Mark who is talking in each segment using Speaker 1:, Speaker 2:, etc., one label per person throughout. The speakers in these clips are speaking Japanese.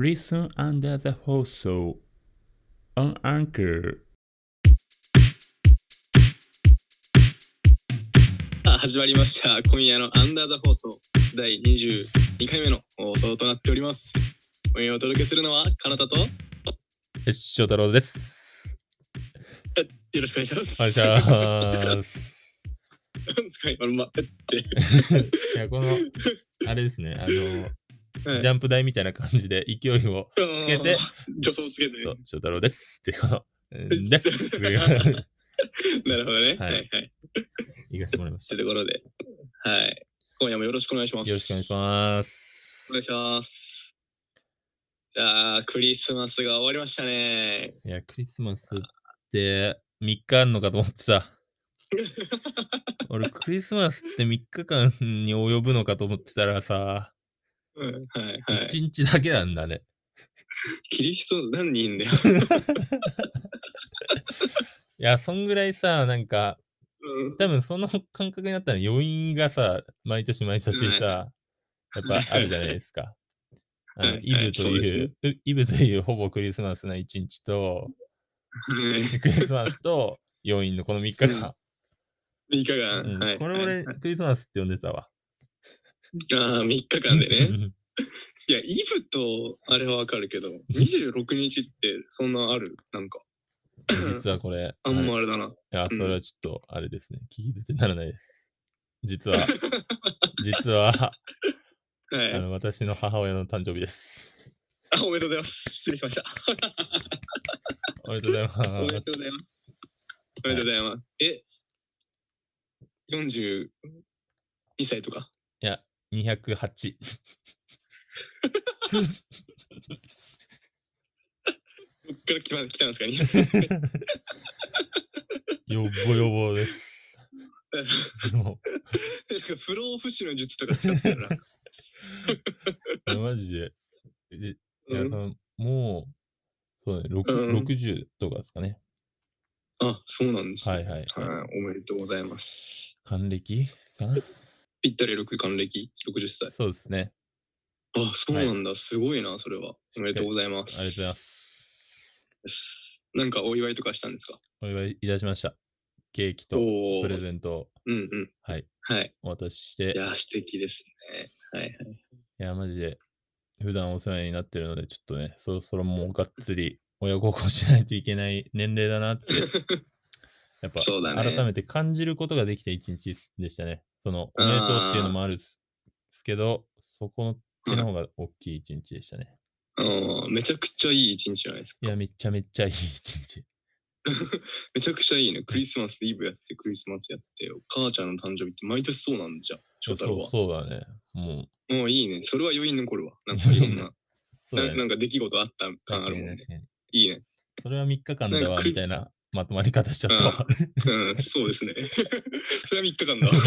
Speaker 1: Listen under the 放送 on Anchor
Speaker 2: さあ始まりました今夜のアンダーザ放送第22回目の放送となっております今夜お届けするのはかなたとよ
Speaker 3: 翔太郎です。
Speaker 2: ろしくお願いします
Speaker 3: お願いし ます。
Speaker 2: なんですか今のまえ
Speaker 3: いや、この、あれですね、あ
Speaker 2: は
Speaker 3: の、
Speaker 2: い
Speaker 3: ジャンプ台みたいな感じで勢いを
Speaker 2: つ
Speaker 3: つけて、
Speaker 2: 助走つけて
Speaker 3: そう翔太郎です。っていうこ の、うんです。 っていう
Speaker 2: なるほどねは
Speaker 3: はいい
Speaker 2: はい
Speaker 3: 言いかしてもらいまし
Speaker 2: と
Speaker 3: た。よ
Speaker 2: いうところではい今夜もよろしくお願いします
Speaker 3: ろしくお願いし
Speaker 2: す
Speaker 3: ます
Speaker 2: お。願いしますじゃあクリスマスが終わりましたね
Speaker 3: いや、クリスマスって3日あんのかと思って た。俺、クリスマスって3日間に及ぶのかと思ってたらさ、
Speaker 2: うんはいはい
Speaker 3: 1日だけなんだね。
Speaker 2: キリスト何人いんだよ
Speaker 3: いや、そんぐらいさ、なんか、
Speaker 2: うん
Speaker 3: 多分その感覚になったら余韻がさ、毎年毎年さ、やっぱあるじゃないですか。あ
Speaker 2: は
Speaker 3: の
Speaker 2: い
Speaker 3: イブと
Speaker 2: はいそうです
Speaker 3: い
Speaker 2: ね
Speaker 3: う、うイブというほぼクリスマスな一日 と、クリスマスと余韻のこの3日間。
Speaker 2: 3日間、
Speaker 3: うん
Speaker 2: はい
Speaker 3: これ俺、クリスマスって呼んでたわ。
Speaker 2: ああ、3日間でね。いや、イブとあれはわかるけど、26日ってそんなあるなんか、
Speaker 3: 実はこれ、
Speaker 2: あん
Speaker 3: あ
Speaker 2: ま
Speaker 3: れ
Speaker 2: あれだな。
Speaker 3: いや、
Speaker 2: う
Speaker 3: そ
Speaker 2: ん
Speaker 3: れはちょっとあれですね。聞き捨てならないです。実 は、実は、あ
Speaker 2: はい。
Speaker 3: の私の母親の誕生日です。
Speaker 2: あ、おめでとうございます。失礼しました。
Speaker 3: おめでとうございます。
Speaker 2: おめでとうございます。おめでとうございます。え、42歳とか
Speaker 3: いや、208。
Speaker 2: どっから来た来たんですかね
Speaker 3: よっぼよぼ です。も
Speaker 2: なんか不老不死の術とか使ってるな。
Speaker 3: う、マジで。でい や
Speaker 2: う
Speaker 3: そ
Speaker 2: ん
Speaker 3: のもう、そうね、
Speaker 2: うん
Speaker 3: 6 60とかですかね。
Speaker 2: あ、そうなんです、ね。
Speaker 3: はいはい。
Speaker 2: はい。おめでとうございます。
Speaker 3: 還暦かな
Speaker 2: ぴったり6還暦60歳。
Speaker 3: そうですね。
Speaker 2: あ、そうなんだ。すごいな、それは。おめでとうございま
Speaker 3: あり
Speaker 2: す。
Speaker 3: がとうございます。
Speaker 2: す。なんかお祝いとかしたんですか
Speaker 3: お祝いいたしました。ケーキと
Speaker 2: おお。
Speaker 3: プレゼントを
Speaker 2: うんうん。
Speaker 3: はい。
Speaker 2: はい。
Speaker 3: お渡しして、
Speaker 2: い
Speaker 3: い
Speaker 2: や、素敵ですね。はいはい。
Speaker 3: や、マジで、普段お世話になってるので、ちょっとね、そろそろもうがっつり親孝行しないといけない年齢だな って、やっぱ、
Speaker 2: そうだね
Speaker 3: 改めて感じることができた一日でしたね。その、おめでとうっていうのもあるっすすけど、そこのちの方が大きい一日でしたね。
Speaker 2: あーめちゃくちゃいい一日じゃないです
Speaker 3: い
Speaker 2: か。
Speaker 3: や、めちゃめちゃいい一日。
Speaker 2: めちゃくちゃいいね。クリスマスイブやって、クリスマスやって、お母ちゃんの誕生日って毎年そうなんじゃん。
Speaker 3: そ
Speaker 2: 翔
Speaker 3: う
Speaker 2: 太郎は。
Speaker 3: そうだね。も
Speaker 2: もういいね。それは余韻残るわ。なんかいろんな、
Speaker 3: う、そうだ
Speaker 2: なな
Speaker 3: ね。
Speaker 2: んか出来事あった感あ
Speaker 3: 確
Speaker 2: る
Speaker 3: かに
Speaker 2: もんね
Speaker 3: 確。かに
Speaker 2: いいね。
Speaker 3: それは3日間だ
Speaker 2: なん
Speaker 3: わ
Speaker 2: か、クリ
Speaker 3: みたいなまとまり方しちゃったわ。
Speaker 2: うん、そうですね。 それは3日間だ。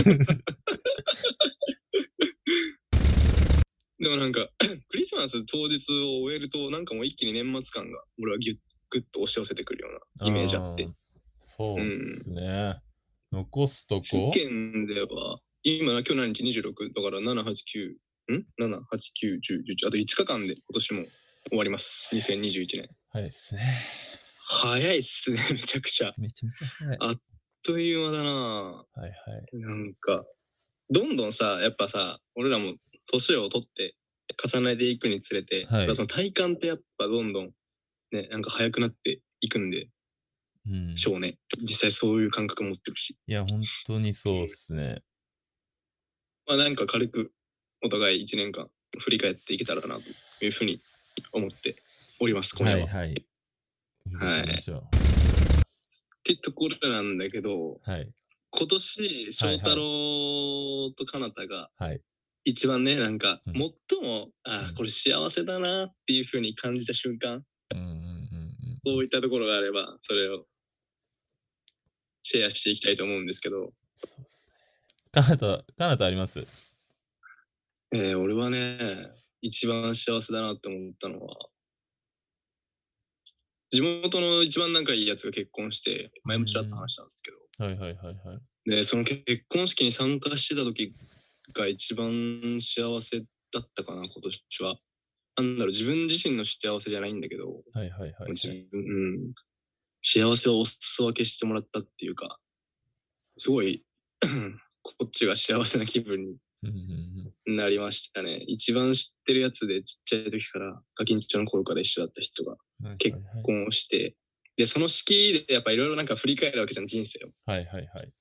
Speaker 2: でもなんか、 クリスマス当日を終えると、なんかもう一気に年末感が、俺はギュッ、グッと押し寄せてくるようなイメージあって
Speaker 3: う。ん。そうですね。残すと
Speaker 2: 世
Speaker 3: こ、
Speaker 2: 間では、今、今日何日 ?26、だから7、8、9、ん ?7、8、9、10、11、あと5日間で今年も終わります。2021年。
Speaker 3: はいですね。
Speaker 2: 早いっすね、めちゃくちゃ。あっ
Speaker 3: めちゃめちゃ早い。
Speaker 2: あという間だなぁ。
Speaker 3: はいはい。
Speaker 2: なんか、どんどんさ、やっぱさ、俺らも年を取って、重ねていくにつれて、
Speaker 3: はい
Speaker 2: やっぱその体感ってやっぱどんどん、ね、なんか速くなっていくんで、
Speaker 3: うん、
Speaker 2: 少年、実際そういう感覚持ってるし、
Speaker 3: いや、本当にそうですね。
Speaker 2: まあなんか軽く、お互い1年間振り返っていけたらな、というふうに思っております、今
Speaker 3: は
Speaker 2: 夜
Speaker 3: いは
Speaker 2: は。
Speaker 3: い。
Speaker 2: はい
Speaker 3: 行きましょ
Speaker 2: ってところなんだけど、
Speaker 3: うはい。
Speaker 2: 今年、翔太郎とかなたが、
Speaker 3: はい。
Speaker 2: 一番ね、なんか、
Speaker 3: うん
Speaker 2: 最も、ああ、これ幸せだなっていうふうに感じた瞬間、
Speaker 3: うんうんうんうん。
Speaker 2: そういったところがあれば、それをシェアしていきたいと思うんですけど、
Speaker 3: そうっすね。カナタ、カナタあります
Speaker 2: えー俺はね、一番幸せだなって思ったのは、地元の一番仲いいやつが結婚して、前もちらっと話したんですけど、
Speaker 3: はいはいはいはい。
Speaker 2: で、その結婚式に参加してた時が一番幸せだったかな、今年は。なんだろう、自分自身の幸せじゃないんだけど、
Speaker 3: はいはいはい、
Speaker 2: 自
Speaker 3: はい。
Speaker 2: 分、うん、幸せをお裾分けしてもらったっていうか、すごい、 こっちが幸せな気分
Speaker 3: うんうんうん
Speaker 2: になりましたね。一番知ってるやつで、ちっちゃい時から、ガキンチョの頃から一緒だった人が
Speaker 3: はい
Speaker 2: 結
Speaker 3: はい
Speaker 2: 婚をして、で、その式でやっぱいろいろなんか振り返るわけじゃん、人生を。
Speaker 3: はいはいはい。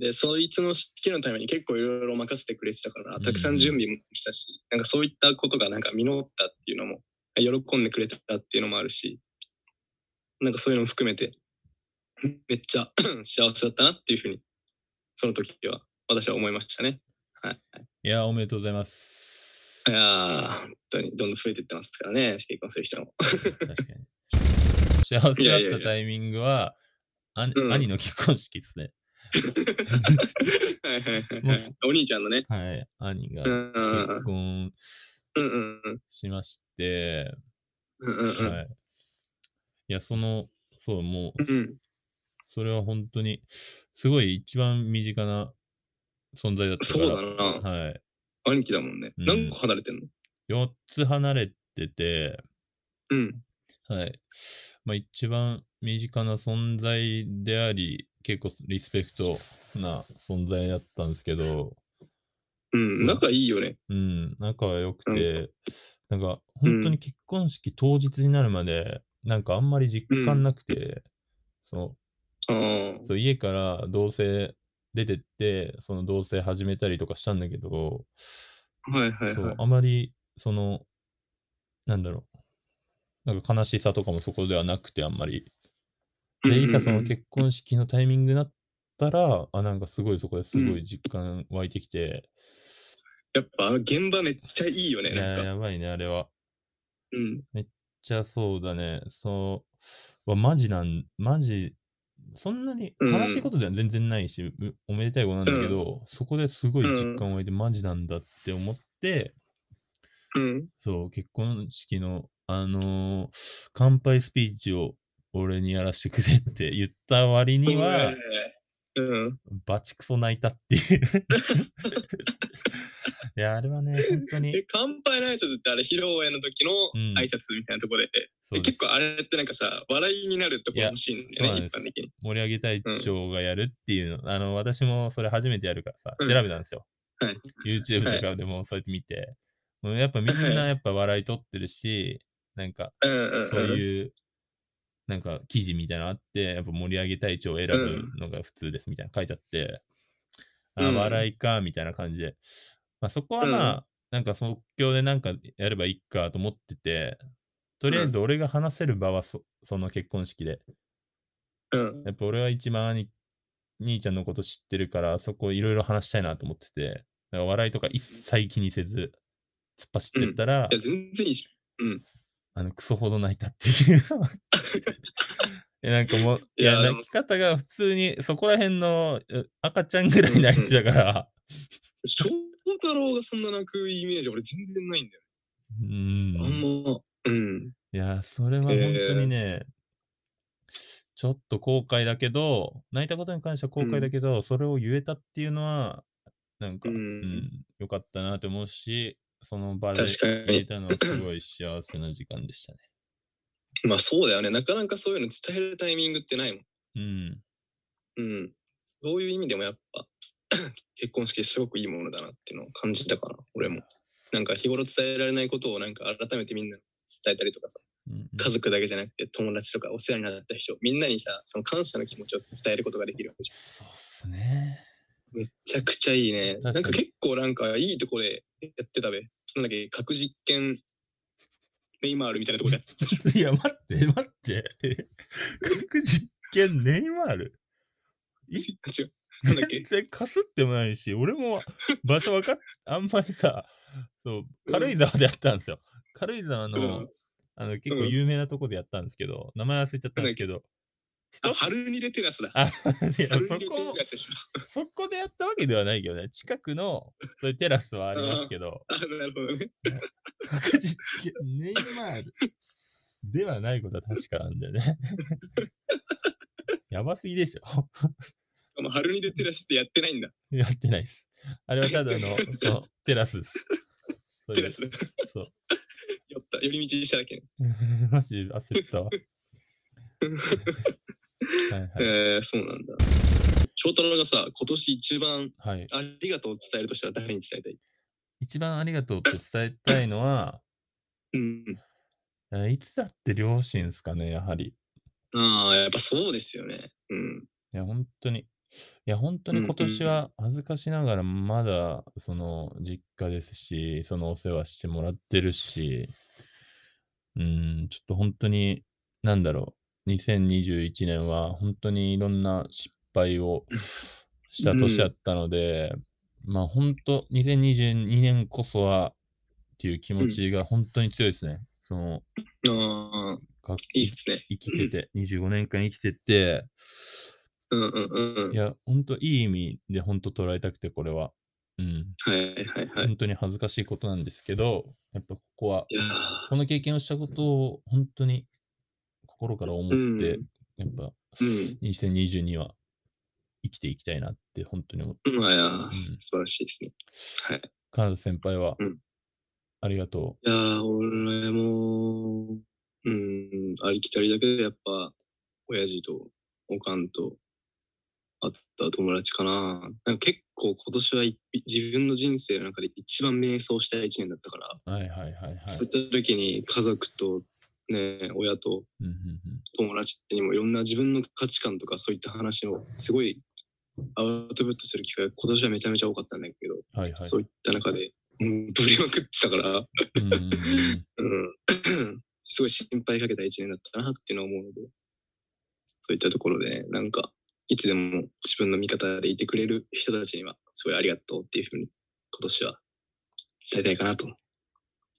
Speaker 2: で、そいつの式のために結構いろいろ任せてくれてたから、たくさん準備もしたし、なんかそういったことがなんか実ったっていうのも、喜んでくれてたっていうのもあるし、なんかそういうのも含めて、めっちゃ 幸せだったなっていうふうに、その時は私は思いましたね。
Speaker 3: いや、おめでとうございます。
Speaker 2: いやー、本当にどんどん増えていってますからね、結婚する人 も。
Speaker 3: 確かに。幸せ
Speaker 2: い
Speaker 3: だ
Speaker 2: や
Speaker 3: っ
Speaker 2: いやいや
Speaker 3: たタイミングは、あん
Speaker 2: うん
Speaker 3: 兄の結婚式ですね。
Speaker 2: はいはいはいはい。お兄ちゃんのね。
Speaker 3: はい。兄が
Speaker 2: うんうん
Speaker 3: 結婚
Speaker 2: うんうんうん
Speaker 3: しまして、
Speaker 2: うんうんうん
Speaker 3: はい。いや、その、そう、もう、
Speaker 2: うん
Speaker 3: それは本当に、すごい一番身近な存在だったから。
Speaker 2: そうだな
Speaker 3: はい。
Speaker 2: 兄貴だもんね。
Speaker 3: うん
Speaker 2: 何個離れてんの
Speaker 3: 4つ離れてて、
Speaker 2: うん。
Speaker 3: はい。まあ、一番身近な存在であり、結構リスペクトな存在だったんですけど、
Speaker 2: うん。仲いいよね。
Speaker 3: うん、仲は良くて、なんか、
Speaker 2: うん
Speaker 3: 本当に結婚式当日になるまで、なんかあんまり実感なくて、そ
Speaker 2: ああ。
Speaker 3: うそう家から同棲出てって、その同棲始めたりとかしたんだけど、
Speaker 2: はいはい
Speaker 3: そ
Speaker 2: は
Speaker 3: う
Speaker 2: い。
Speaker 3: あまり、その、なんだろう、なんか悲しさとかもそこではなくて、あんまり。で、いざその結婚式のタイミングになったら、あ、なんかすごいそこですごい実感湧いてきて、
Speaker 2: やっぱあの現場めっちゃいいよね、
Speaker 3: い
Speaker 2: なん
Speaker 3: や、
Speaker 2: か。
Speaker 3: やばいね、あれは。
Speaker 2: うん。
Speaker 3: じゃあそうだね、そう、はマジなん、マジ、そんなに
Speaker 2: うん
Speaker 3: 悲しいことでは全然ないし、うおめでたいことなんだけど、そこですごい実感湧いて、マジなんだって思って、
Speaker 2: うん。
Speaker 3: そう、結婚式の、あのー乾杯スピーチを俺にやらせてくれって言った割には、
Speaker 2: うん。
Speaker 3: バチクソ泣いたっていう。 いや、あれはね、本当に
Speaker 2: え、。乾杯の挨拶ってあれ、披露宴の時の
Speaker 3: うん
Speaker 2: 挨拶みたいなところで、
Speaker 3: そうです
Speaker 2: 結構あれってなんかさ、笑いになるところ欲しいんだよ
Speaker 3: い
Speaker 2: ね、
Speaker 3: や
Speaker 2: 一
Speaker 3: そう
Speaker 2: 般
Speaker 3: なんで
Speaker 2: 的に。
Speaker 3: 盛り上げ隊長がやるっていうの、あの、私もそれ初めてやるからさ、
Speaker 2: うん
Speaker 3: 調べたんですよ。
Speaker 2: はい
Speaker 3: YouTube とかでもそうやって見て、もうやっぱみんな
Speaker 2: はい
Speaker 3: やっぱ笑い取ってるし、なんか
Speaker 2: うんうんうん。
Speaker 3: そういう、なんか記事みたいなのあって、やっぱ盛り上げ隊長を選ぶのが普通ですみたいな書いてあって、あ
Speaker 2: うん
Speaker 3: 笑いか、みたいな感じで。まあそこはまあ、なんか即興でなんかやればいいかと思ってて、とりあえず俺が話せる場はそその結婚式で。
Speaker 2: うん。
Speaker 3: やっぱ俺は一番兄兄ちゃんのこと知ってるから、そこいろいろ話したいなと思ってて、だから笑いとか一切気にせず、突っ走ってったら、
Speaker 2: いや、全然いいし。
Speaker 3: あの、クソほど泣いたっていう。 えなんかもう、い
Speaker 2: い
Speaker 3: や、
Speaker 2: やでも
Speaker 3: 泣き方が普通に、そこら辺のう赤ちゃんぐらい泣いてたから、
Speaker 2: 翔太郎がそんな泣くイメージ、俺全然ないんだよ。
Speaker 3: う
Speaker 2: あ
Speaker 3: ん。
Speaker 2: んま、うん。
Speaker 3: いや、それは本当にね、ちょっと後悔だけど、泣いたことに関しては後悔だけど、それを言えたっていうのは、なんか、
Speaker 2: う
Speaker 3: うんん、よかったなと思うし、その場で
Speaker 2: 確かに
Speaker 3: 言えたのはすごい幸せな時間でしたね。
Speaker 2: まあそうだよね。なかなかそういうの伝えるタイミングってないもん。
Speaker 3: うん。
Speaker 2: うん。そういう意味でもやっぱ 結婚式すごくいいものだなっていうのを感じたかな、俺も。なんか日頃伝えられないことをなんか改めてみんなに伝えたりとかさ、
Speaker 3: うんうん
Speaker 2: 家族だけじゃなくて友達とかお世話になった人、みんなにさ、その感謝の気持ちを伝えることができるわけじゃ
Speaker 3: そうっすね。
Speaker 2: ん。めちゃくちゃいいね。
Speaker 3: 確か
Speaker 2: な
Speaker 3: に
Speaker 2: んか結構なんかいいとこでやってたべ。なんだっけ、核実験、ネイマールみたいなとこでやってたでしょ。
Speaker 3: いや、待って、待って。え核実験、ネイマール。
Speaker 2: 違う。なんだっけ
Speaker 3: 全然かすってもないし、俺も場所わかっ、あんまりさ、そう軽井沢でやったんですよ。軽井沢の、
Speaker 2: うん
Speaker 3: あの結構有名なとこでやったんですけど、名前忘れちゃったんですけど、
Speaker 2: あ、春に出テラスだ。
Speaker 3: あいや
Speaker 2: 春
Speaker 3: そ
Speaker 2: に出テ
Speaker 3: こ
Speaker 2: ラスでしょ。
Speaker 3: そこでやったわけではないけどね、近くのそういうテラスはありますけど、
Speaker 2: あ、なるほどね。
Speaker 3: 確実にネイマールではないことは確かなんだよね。 やばすぎでしょ。
Speaker 2: もう春に出テラスってやってないんだ。
Speaker 3: やってないです。あれはただのそうテラスです。そういう
Speaker 2: テラス。い
Speaker 3: そう
Speaker 2: 寄った、寄り道しただけね。
Speaker 3: マジ焦ったわ。はいはい。
Speaker 2: えー、そうなんだ。翔太郎がさ、今年一番
Speaker 3: はい、
Speaker 2: ありがとうを伝えるとしたら誰に伝えたい
Speaker 3: 一番ありがとうって伝えたいのは、
Speaker 2: うん。
Speaker 3: えいつだって両親ですかね、やはり。
Speaker 2: ああ、やっぱそうですよね。うん。
Speaker 3: いや、本当に。いや、本当
Speaker 2: うん
Speaker 3: に
Speaker 2: うん
Speaker 3: 今年は恥ずかしながらまだ、その、実家ですし、そのお世話してもらってるし、うん、ちょっと本当に、なんだろう、2021年は本当にいろんな失敗をした年だったので、まあ本当、2022年こそはっていう気持ちが本当に強いですね。その、
Speaker 2: ああ、
Speaker 3: 学
Speaker 2: いいっすね。
Speaker 3: 生きてて、25年間生きてて、
Speaker 2: うんうんうんうん。
Speaker 3: いや、ほんといい意味でほんと捉えたくて、これは。うん。
Speaker 2: はいはいはい。、
Speaker 3: 本当に恥ずかしいことなんですけど、やっぱここはい
Speaker 2: やー
Speaker 3: この経験をしたことを本当に心から思って、やっぱ
Speaker 2: うん
Speaker 3: 2022は生きていきたいなって本当に思って、
Speaker 2: うん、いやー、
Speaker 3: ん
Speaker 2: 素晴らしいですね。はい。
Speaker 3: カナダ先輩は
Speaker 2: うん
Speaker 3: ありがと
Speaker 2: いやー、俺も、うん、ありきたりだけど、やっぱ、親父と、おかんと、あった友達かな。なんか結構今年はい自分の人生の中で一番迷走した一年だったから、
Speaker 3: う。はいはいはいはい。
Speaker 2: そういった時に家族と、ね、親と
Speaker 3: うんうん
Speaker 2: 友達にもいろんな自分の価値観とかそういった話をすごいアウトプットする機会が今年はめちゃめちゃ多かったんだけど、
Speaker 3: うんはいはい。
Speaker 2: そういった中で、うん、ぶりまくってたから、
Speaker 3: うんうんうん
Speaker 2: うん、 すごい心配かけた一年だったなっていうのは思うので、そういったところで、ね、なんか、いつでも自分の味方でいてくれる人たちには、すごいありがとうっていうふうに、今年は伝えたいかなと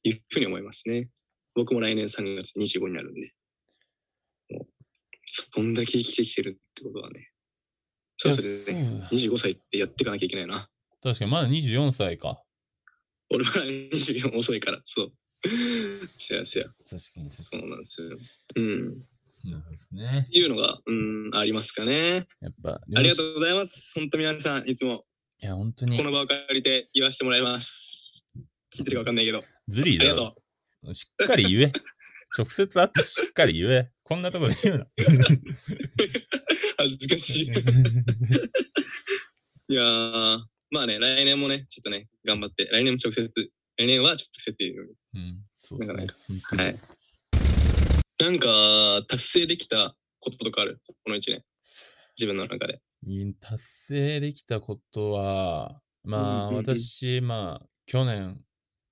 Speaker 2: いうふうに思いますね。僕も来年3月25になるんで、もう、そんだけ生きてきてるってことはね、 そうです
Speaker 3: い
Speaker 2: ね、
Speaker 3: やそうだ
Speaker 2: 25歳ってやっていかなきゃいけないな。
Speaker 3: 確かにまだ24歳か。
Speaker 2: 俺は24遅いから、そう。せやせや、
Speaker 3: 確かに。そ
Speaker 2: そうなんですよ。うん。
Speaker 3: うなんですね。
Speaker 2: いうのが、うん、ありますかね。
Speaker 3: やっぱ、
Speaker 2: ありがとうございます。本当皆さん、いつも
Speaker 3: いや、本当に
Speaker 2: この場を借りて言わせてもらいます。聞いてるかわかんないけど、あ
Speaker 3: ズリーだ
Speaker 2: り
Speaker 3: ろ
Speaker 2: が。と
Speaker 3: しっかり言え。直接会ってしっかり言え。こんなとこで言うな。
Speaker 2: う。恥ずかしい。いやー、まあね、来年もね、ちょっとね、頑張って、来年も直接、来年は直接言うように。
Speaker 3: うん、そうです
Speaker 2: な
Speaker 3: ね
Speaker 2: か。
Speaker 3: 本当に
Speaker 2: はいなんか、達成できたこととかあるこの一年。自分の中で。
Speaker 3: うん達成できたことは、まあ、
Speaker 2: うんうんうん
Speaker 3: 私、まあ、去年、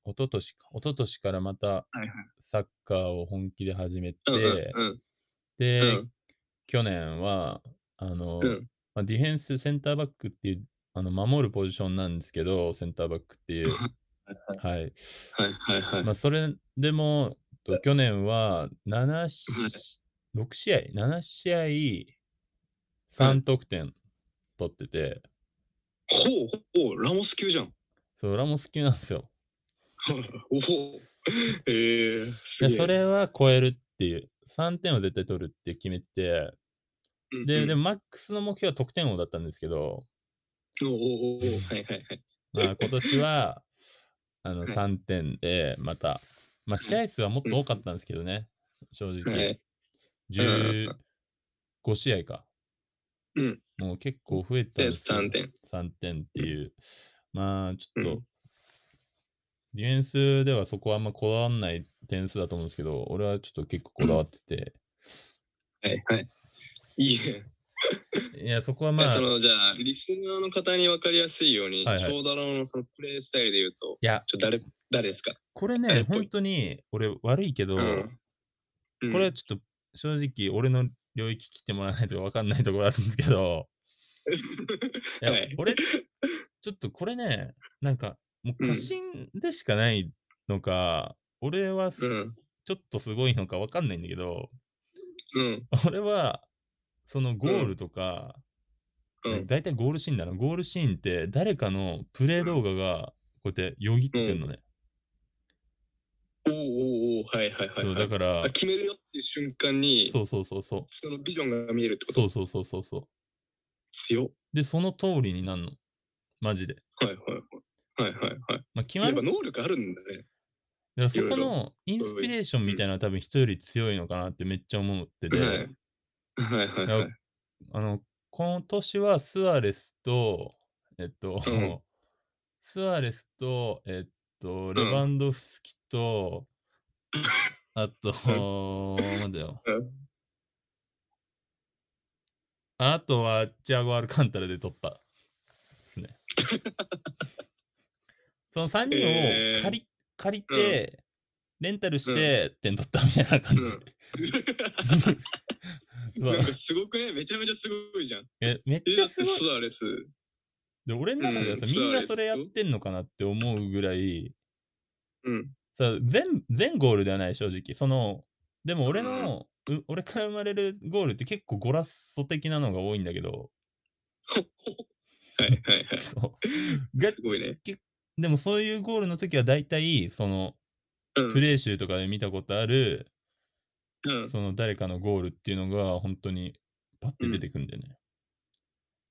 Speaker 3: 一昨年か、一昨年からまた
Speaker 2: はいはい
Speaker 3: サッカーを本気で始めて、
Speaker 2: うんうんうん。
Speaker 3: で、
Speaker 2: うん
Speaker 3: 去年は、あの、
Speaker 2: うん
Speaker 3: まあ、ディフェンス、センターバックっていう、あの守るポジションなんですけど、センターバックって いう、はい、
Speaker 2: はいはいはい。
Speaker 3: まあ、それでも、と去年は7し、6試合、7試合
Speaker 2: はい
Speaker 3: 3得点取ってて、
Speaker 2: ほうほう、ラモス級じゃん。
Speaker 3: そう、ラモス級なんですよ。
Speaker 2: おほう。えー、す
Speaker 3: で、
Speaker 2: げえ。
Speaker 3: それは超えるっていう、3点は絶対取るって決めてて、
Speaker 2: うんうん、
Speaker 3: で、でもマックスの目標は得点王だったんですけど、
Speaker 2: おおおおはいはいはい。
Speaker 3: まあ、今年は、あの、
Speaker 2: はい
Speaker 3: 3点で、また、まあ、試合数はもっと多かったんですけどね、正
Speaker 2: は
Speaker 3: 直
Speaker 2: い。
Speaker 3: 15試合か。
Speaker 2: うん。
Speaker 3: もう結構増えたん
Speaker 2: で、
Speaker 3: ですけど
Speaker 2: 3点。
Speaker 3: 3点っていう、まあちょっ
Speaker 2: う
Speaker 3: と
Speaker 2: ん、
Speaker 3: ディフェンスではそこはあんまこだわんない点数だと思うんですけど、俺はちょっと結構こだわってて、
Speaker 2: はいはい。いいね。
Speaker 3: いや、そこはまあ、
Speaker 2: そ
Speaker 3: い
Speaker 2: のじゃあ、リスナーの方に分かりやすいように、
Speaker 3: はいはい
Speaker 2: 長太郎のそのプレイスタイルで言うと、
Speaker 3: や、
Speaker 2: ちょっと誰誰ですか、
Speaker 3: これ
Speaker 2: 誰
Speaker 3: ね
Speaker 2: っ、ぽい
Speaker 3: 本当に俺悪いけど、
Speaker 2: うんうん
Speaker 3: これはちょっと正直俺の領域切ってもらわないと分かんないところあるんですけ ど、いや
Speaker 2: はい
Speaker 3: 俺、ちょっとこれね、なんか、もう
Speaker 2: うん
Speaker 3: 過信でしかないのか、俺はす
Speaker 2: うん。
Speaker 3: ちょっとすごいのか分かんないんだけど、
Speaker 2: うん。
Speaker 3: 俺は、そのゴールとか、
Speaker 2: うん。
Speaker 3: 大体ゴールシーンだな、ゴールシーンって誰かのプレイ動画がこうやってよぎってくるのね。
Speaker 2: おおおおはいはいはい、
Speaker 3: そう
Speaker 2: は
Speaker 3: だ
Speaker 2: い
Speaker 3: から
Speaker 2: あ。、決めるよっていう瞬間に、
Speaker 3: そうそうそうそう。
Speaker 2: そのビジョンが見えるってこと
Speaker 3: そうそうそうそうそ
Speaker 2: 強っ
Speaker 3: う。で、その通りになるの。マジで。
Speaker 2: はいはいはい。はいはいはい。
Speaker 3: まあ、決
Speaker 2: や
Speaker 3: ま
Speaker 2: っぱ
Speaker 3: る
Speaker 2: 能力あるんだね。
Speaker 3: だからそこ
Speaker 2: いろい
Speaker 3: のインスピレーションみたいなのは多分人より強いのかなってめっちゃ思ってて、
Speaker 2: はいはいはい
Speaker 3: だ
Speaker 2: は
Speaker 3: か
Speaker 2: い
Speaker 3: ら。あの、今年はスアレスと、えっと、
Speaker 2: うん
Speaker 3: スアレスと、えっと、レバンドフスキと、あ と、なんだよ
Speaker 2: うん。
Speaker 3: あとは、チアゴ・アルカンタラで取った。ですね。その3
Speaker 2: え
Speaker 3: 人を
Speaker 2: ー
Speaker 3: 借り、借りて、レンタルして、点取ったみたいな感じ。そう
Speaker 2: なんか すごくね、めちゃめちゃすごいじゃん。
Speaker 3: えめっ
Speaker 2: え、
Speaker 3: ち
Speaker 2: だ
Speaker 3: ゃ
Speaker 2: っ
Speaker 3: す
Speaker 2: て
Speaker 3: ごい。
Speaker 2: スアレス。
Speaker 3: で、俺の中ではさ、
Speaker 2: うん
Speaker 3: みんな
Speaker 2: スアレスと
Speaker 3: それやってんのかなって思うぐらい、
Speaker 2: うん。
Speaker 3: さ、全、全ゴールではない、正直。その、でも俺の、う俺から生まれるゴールって結構ゴラッソ的なのが多いんだけど、
Speaker 2: はいはいは
Speaker 3: そう。
Speaker 2: い。
Speaker 3: が
Speaker 2: すごいね。
Speaker 3: でもそういうゴールの時は大体、その、
Speaker 2: う
Speaker 3: プ
Speaker 2: ん。
Speaker 3: レー集とかで見たことある、
Speaker 2: うん、
Speaker 3: その誰かのゴールっていうのが本当にパッて出てくんだよね。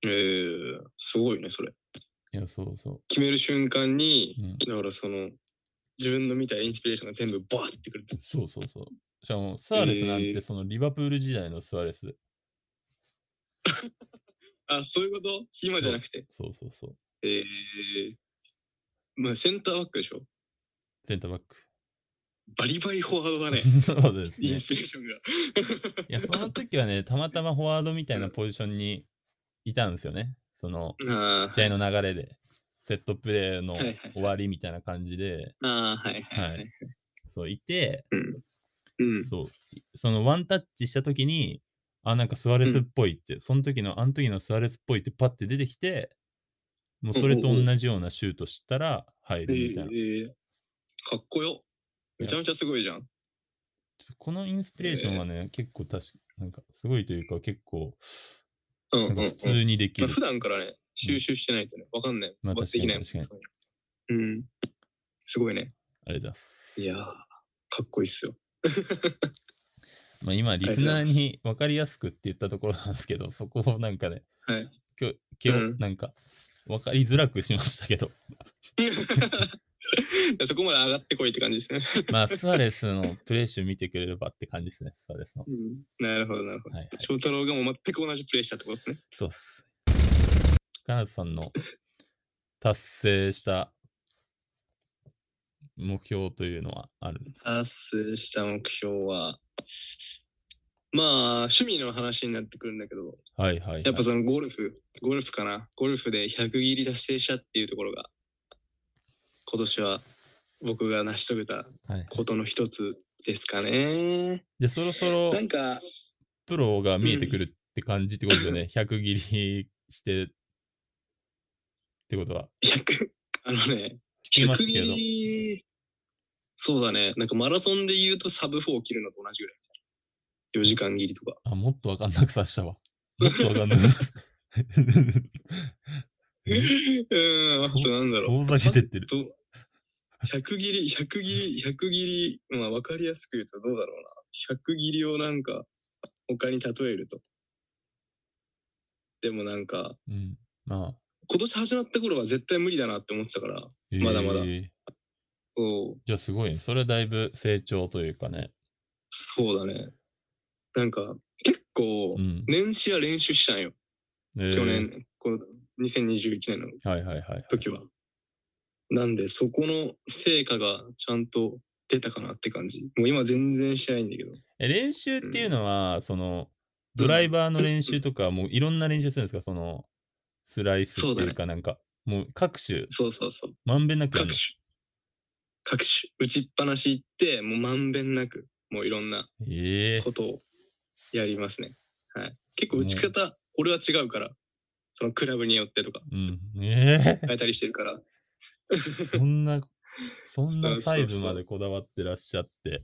Speaker 2: えー、すごいね、それ。
Speaker 3: いや、そうそ
Speaker 2: 決める瞬間に
Speaker 3: う。、うん、
Speaker 2: だからその、自分の見たインスピレーションが全部バーってくる。
Speaker 3: そうそうそう。しかも、スアレスなん
Speaker 2: え
Speaker 3: て、
Speaker 2: ー
Speaker 3: そのリバプール時代のスアレス。
Speaker 2: あ、そういうこと今じゃなくて。
Speaker 3: そうそうそう。
Speaker 2: えー、まあセンターバックでしょ
Speaker 3: センターバック。
Speaker 2: バリバリフォワードだね。
Speaker 3: そうです
Speaker 2: イ
Speaker 3: ね
Speaker 2: ン。スピレー ションが。
Speaker 3: いや、その時はね、たまたまフォワードみたいなポジションにいたんですよね。その、
Speaker 2: あー
Speaker 3: 試合の流れで、セットプレーの
Speaker 2: はいはい
Speaker 3: 終わりみたいな感じで、
Speaker 2: あー、はいはい。
Speaker 3: はい。そう、いて、
Speaker 2: うん。
Speaker 3: そう、いそのワンタッチした時に、あ、なんかスアレスっぽいって、その時の、あの時のスアレスっぽいってパッて出てきて、もうそれと同じようなシュートしたら入
Speaker 2: え
Speaker 3: るみたいな。
Speaker 2: ー、かっこよ。めちゃめちゃすごいじゃん。
Speaker 3: このインスピレーションはね、結構確か、なんかすごいというか結構、
Speaker 2: うん
Speaker 3: な
Speaker 2: うんん
Speaker 3: か
Speaker 2: うん
Speaker 3: 普。通にでき
Speaker 2: まあ
Speaker 3: る。
Speaker 2: 普段からね、収集してないとね、わかんない。
Speaker 3: まあ
Speaker 2: わできないもん
Speaker 3: 確かに確
Speaker 2: そういうのうん。すごいね。
Speaker 3: あれだす。
Speaker 2: いやー、かっこいいっすよ。
Speaker 3: まあ、今、リ
Speaker 2: りが
Speaker 3: ス
Speaker 2: とうござ
Speaker 3: ナ
Speaker 2: い
Speaker 3: ー
Speaker 2: ます
Speaker 3: に分かりやすくって言ったところなんですけど、そこをなんかね、
Speaker 2: はい
Speaker 3: 今日、今日
Speaker 2: うん
Speaker 3: なんか、分かりづらくしましたけど、
Speaker 2: そこまで上がってこいって感じですね。
Speaker 3: まあ、スアレスのプレー集見てくれればって感じですね、スアレスの。
Speaker 2: なるほど、なるほど。
Speaker 3: はいはい。
Speaker 2: 翔太郎がもう全く同じプレイしたってことですね。
Speaker 3: そうっす。金田さんの達成した目標というのはあるんですか
Speaker 2: 達成した目標は、まあ、趣味の話になってくるんだけど、
Speaker 3: はいはい、はい。
Speaker 2: やっぱそのゴルフ、ゴルフかな。ゴルフで100切り達成したっていうところが、今年は僕が成し遂げた
Speaker 3: はい、
Speaker 2: ことの一つですかね。
Speaker 3: で、そろそろ
Speaker 2: なんか、
Speaker 3: プロが見えてくるって感じってことでね、100切りしてってことは。
Speaker 2: 100、あのね、
Speaker 3: 聞きます
Speaker 2: 100
Speaker 3: けど
Speaker 2: 切り、そうだね、なんかマラソンで言うとサブ4を切るのと同じぐらい。4時間切りとか。
Speaker 3: あ、もっとわかんなくさしたわ。もっとわかんなくさ した。
Speaker 2: う
Speaker 3: え
Speaker 2: ーん、あとなんだろう。
Speaker 3: 遠ざけてってる。
Speaker 2: と100切り、100切り、100切り、まあ分かりやすく言うとどうだろうな。100切りをなんか他に例えると。でもなんか、
Speaker 3: うん。まあ。
Speaker 2: 今年始まった頃は絶対無理だなって思ってたから、まだまだ
Speaker 3: えー
Speaker 2: そう、
Speaker 3: じゃあすごいね。それはだいぶ成長というかね。
Speaker 2: そうだね。なんか、結構
Speaker 3: う、ん。
Speaker 2: 年始は練習したんよ。
Speaker 3: えー
Speaker 2: 去。年、この2021年の
Speaker 3: はいはいはい。
Speaker 2: 時は。なんで、そこの成果がちゃんと出たかなって感じ。もう今全然してないんだけど。
Speaker 3: え練習っていうのは、その、ドライバーの練習とか、もういろんな練習するんですかその、スライスっていうかなんか、もう各種、
Speaker 2: そうそうそう。
Speaker 3: まんべんなくやる
Speaker 2: 各
Speaker 3: の
Speaker 2: 種。各種。打ちっぱなし行って、もうまんべんなく、もういろんな
Speaker 3: ええ
Speaker 2: ことをやりますね。はい。結構打ち方、俺は違うから。そのクラブによってとか
Speaker 3: うん。ええ
Speaker 2: 変えたりしてるから。
Speaker 3: そんな、そん
Speaker 2: そうそ
Speaker 3: な
Speaker 2: う
Speaker 3: 細部までこだわってらっしゃって、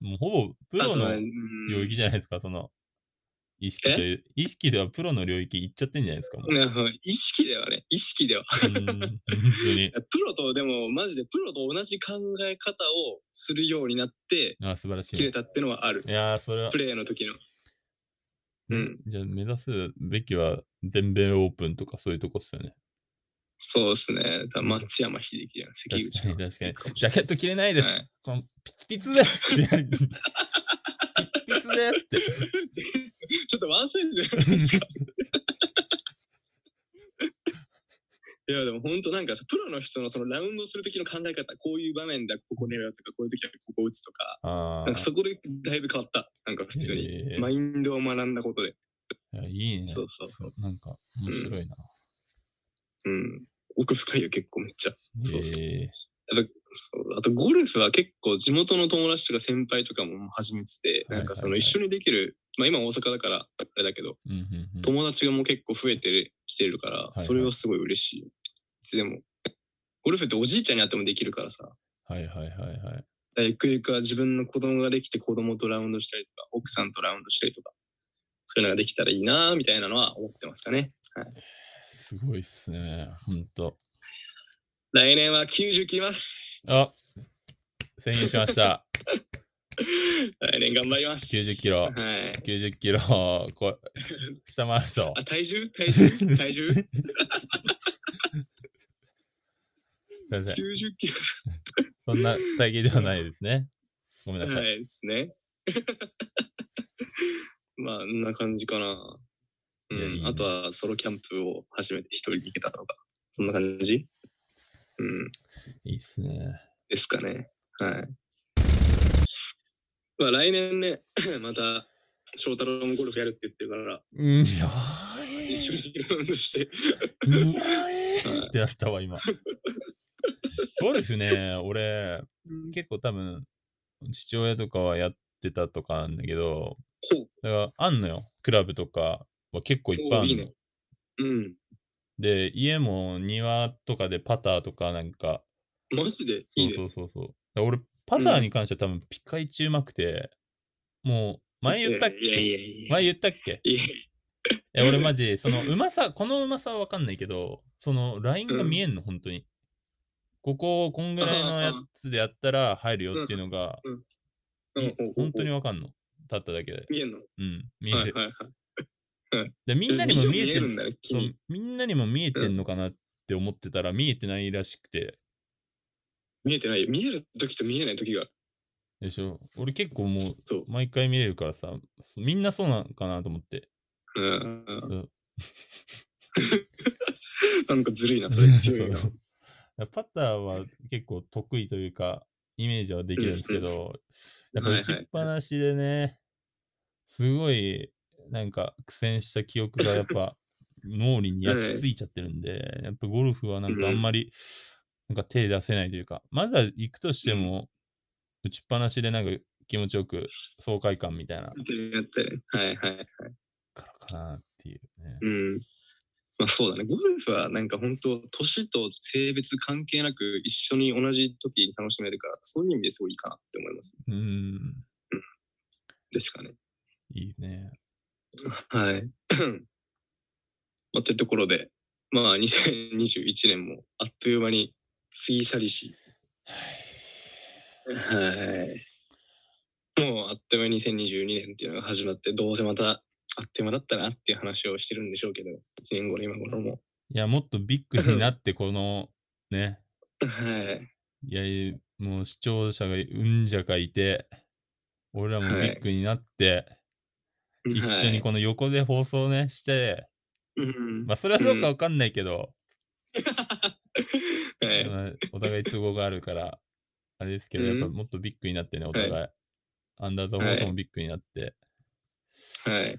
Speaker 3: もうほぼプロ
Speaker 2: あとは
Speaker 3: の
Speaker 2: ね
Speaker 3: 領域じゃないですか、その、意識という、意識ではプロの領域行っちゃってんじゃないです か、もう。
Speaker 2: ね意識ではね、意識では。
Speaker 3: うん本当に。
Speaker 2: プロと、でも、マジでプロと同じ考え方をするようになって、
Speaker 3: あ、素晴らし
Speaker 2: 切
Speaker 3: い
Speaker 2: れ。たってのはある。
Speaker 3: いやー、それは
Speaker 2: プ、レーの時の。うん
Speaker 3: じゃあ目指すべきは全米オープンとかそういうとこっすよね。
Speaker 2: そうですね。だ松山秀樹じゃん、関
Speaker 3: 確
Speaker 2: 口
Speaker 3: か
Speaker 2: は
Speaker 3: に、確かに。ジャケット着れないです。
Speaker 2: はい
Speaker 3: このピツピツですって。ピツピツですって。
Speaker 2: ちょっとワンサイズじゃないで すか。いやでも本当なんかさプロの人のそのラウンドする時の考え方こういう場面だここ狙うとかこういう時はここ打つとか
Speaker 3: あ
Speaker 2: なんかそこでだいぶ変わったなんか普通に、
Speaker 3: え
Speaker 2: マインドを学んだことで
Speaker 3: ーいいね。
Speaker 2: そうそうそう
Speaker 3: なんか、面白いな。
Speaker 2: うん奥深いよ結構めっちゃそうそう
Speaker 3: えー
Speaker 2: そうあとゴルフは結構地元の友達とか先輩とかももう始めてて
Speaker 3: はいはいはい
Speaker 2: なんかその一緒にできるまあ今大阪だからあれだけど
Speaker 3: うんうんうん
Speaker 2: 友達がもう結構増えてきてるから、
Speaker 3: いはい
Speaker 2: それはすごい嬉しい。いつでも。ゴルフっておじいちゃんに会ってもできるからさ。だか
Speaker 3: はいはいはいはい。
Speaker 2: らゆくゆくは自分の子供ができて子供とラウンドしたりとか、奥さんとラウンドしたりとか、そういうのができたらいいなぁみたいなのは思ってますかね。
Speaker 3: すごいっすね。ほんと。
Speaker 2: 来年は90切ります。
Speaker 3: あ宣言しました。
Speaker 2: 来年頑張ります。
Speaker 3: 90キロ
Speaker 2: はい。
Speaker 3: 90キロをこ下回るぞ
Speaker 2: あ、。体重 体重体重
Speaker 3: すいません。
Speaker 2: ?90 キロ。
Speaker 3: そんな体型ではないですね。ごめんなさ。
Speaker 2: はいい、ですね。 まあ、こんな感じかな。う
Speaker 3: いやいい
Speaker 2: ん。
Speaker 3: ね
Speaker 2: あとはソロキャンプを初めて一人で行けたとか、そんな感じうん。
Speaker 3: いいっすね。
Speaker 2: ですかね。はい。まあ、来年ね、 また、翔太郎もゴルフやるって言ってるから、
Speaker 3: うん。いや
Speaker 2: 一緒にラウンドして。
Speaker 3: いやーってやったわ、今。ゴルフね、俺、結構多分、父親とかはやってたとかなんだけど、
Speaker 2: ほう
Speaker 3: だから、あんのよ。クラブとかは結構いっぱいあ
Speaker 2: お
Speaker 3: んの。
Speaker 2: ーいいねうん。
Speaker 3: で、家も庭とかでパターとかなんか、
Speaker 2: マジでいいね。
Speaker 3: そうそうそうそう。だから俺、パターに関しては多分、ピカイチうまくて、もう、前言ったっ
Speaker 2: いやい
Speaker 3: け
Speaker 2: やいや
Speaker 3: 前言ったっけ
Speaker 2: いや。
Speaker 3: いや、俺マジ、そのうまさ、このうまさはわかんないけど、そのラインが見えんの、本当に。ここをこんぐらいのやつでやったら入るよっていうのが、
Speaker 2: うん
Speaker 3: い
Speaker 2: ほうほうほう
Speaker 3: 本当にわかんの。立っただけで。
Speaker 2: 見えんの
Speaker 3: うん、見
Speaker 2: は
Speaker 3: えて
Speaker 2: いはいはい。
Speaker 3: でみんなに
Speaker 2: ビジ
Speaker 3: も
Speaker 2: ョン
Speaker 3: 見えて
Speaker 2: る
Speaker 3: る
Speaker 2: んだね、
Speaker 3: そう
Speaker 2: 君。
Speaker 3: みんなにも見えてんのかなって思ってたら、見えてないらしくて。
Speaker 2: 見えてないよ。見える時と見えない時がある。
Speaker 3: でしょ俺結構もう、
Speaker 2: そう。
Speaker 3: 毎回見れるからさ、そうみんなそうなのかなと思って。
Speaker 2: うんうん
Speaker 3: そう
Speaker 2: なんかずるい な、それ強いな
Speaker 3: そ。うそうパターは結構得意というか、イメージはできるんですけど、やっぱ
Speaker 2: はいはい
Speaker 3: 打ちっぱなしでね、すごいなんか苦戦した記憶がやっ ぱ脳裏に焼き付いちゃってるんで、やっぱゴルフはなんかあんまりなんか手出せないというか、まずは行くとしても、打ちっぱなしでなんか気持ちよく爽快感みたいな
Speaker 2: やってる。はいはい。
Speaker 3: からかなっていうね。
Speaker 2: うん。まあそうだね。ゴルフはなんか本当年と性別関係なく一緒に同じ時に楽しめるから、そういう意味ですごいいいかなって思います。
Speaker 3: うん、
Speaker 2: ですかね。
Speaker 3: いいね。
Speaker 2: はい。 まあ、ってところで、まあ2021年もあっという間に過ぎ去りし。はい。もうあっという間に2022年っていうのが始まって、どうせまたあっという間だったなっていう話をしてるんでしょうけど、1年後の今頃も。
Speaker 3: いや、もっとビッグになって、こ のね、
Speaker 2: はい。
Speaker 3: いやいや、もう視聴者がうんじゃかいて、俺らも
Speaker 2: はい
Speaker 3: ビッグになって、一緒に
Speaker 2: こ
Speaker 3: この横で放送ね、して、
Speaker 2: う。うん。
Speaker 3: まあそれはどうかわかんないけど、
Speaker 2: はい。
Speaker 3: まあお互い都合があるから、あれですけど、やっぱ
Speaker 2: うん
Speaker 3: もっとビッグになってね、お互い。アンダーザ放送もビッグになって、
Speaker 2: はい。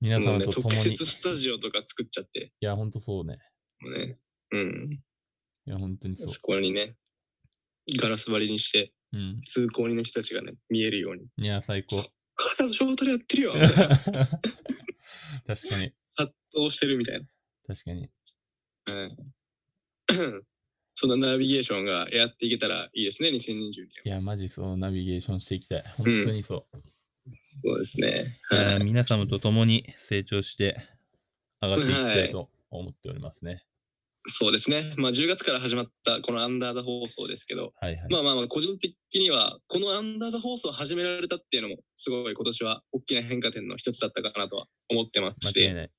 Speaker 3: 皆
Speaker 2: もう
Speaker 3: 様
Speaker 2: ね、
Speaker 3: と共
Speaker 2: 特
Speaker 3: に、い
Speaker 2: 設スタジオとか作っちゃって、
Speaker 3: や、ほんとそうね。
Speaker 2: もうね。うん。
Speaker 3: いや、ほんとにそう。
Speaker 2: そこにね、ガラス張りにして、
Speaker 3: うん。
Speaker 2: 通行人の人たちがね、見えるように。
Speaker 3: いや、最 高。
Speaker 2: 体の状態やってる よみ
Speaker 3: 確
Speaker 2: たいな
Speaker 3: かに、
Speaker 2: 殺到してるみたいな。
Speaker 3: 確かに。
Speaker 2: はい そのナビゲーションがやっていけたらいいですね、2022年。
Speaker 3: いや、マジそう、ナビゲーションしていきたい。本当にそう。
Speaker 2: そうですね。
Speaker 3: いや
Speaker 2: は
Speaker 3: ー
Speaker 2: い。
Speaker 3: 皆様と共に成長して上がっていきたいと思っておりますね。
Speaker 2: そうですね。まあ10月から始まったこのアンダーザ放送ですけど、
Speaker 3: はいはい。
Speaker 2: まあまあまあ個人的にはこのアンダーザ放送を始められたっていうのもすごい今年は大きな変化点の一つだったかなとは思ってまし
Speaker 3: 間違い
Speaker 2: て、
Speaker 3: ない。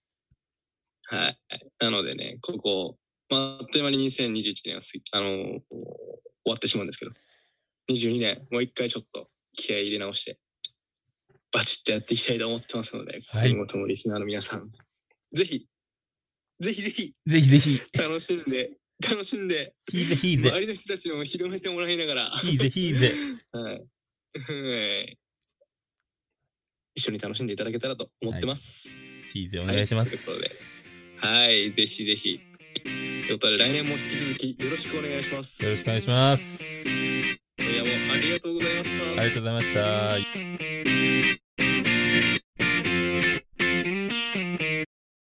Speaker 2: はい。なのでね、ここ、まあ、あっという間に2021年は過ぎあのー終わってしまうんですけど、22年、もう一回ちょっと気合い入れ直して、バチッとやっていきたいと思ってますので、
Speaker 3: はい
Speaker 2: 今後ともリスナーの皆さん、ぜひ、ぜひぜひ
Speaker 1: ぜひぜひ、
Speaker 2: 楽しんで、 楽しんで、
Speaker 1: ひいぜひい
Speaker 2: 周
Speaker 1: ぜ、
Speaker 2: りの人たちにも広めてもらいながら、
Speaker 1: ひいぜひいぜ。
Speaker 2: はい。 はい一緒に楽しんでいただけたらと思ってます。
Speaker 1: ひいぜお願いします。
Speaker 2: はいというはい、ぜひぜひ。ということで、来年も引き続きよろしくお願いします。
Speaker 3: よろしくお願い
Speaker 2: し
Speaker 3: します。
Speaker 2: ます。今夜もありがとうございました。
Speaker 3: ありがとうございました。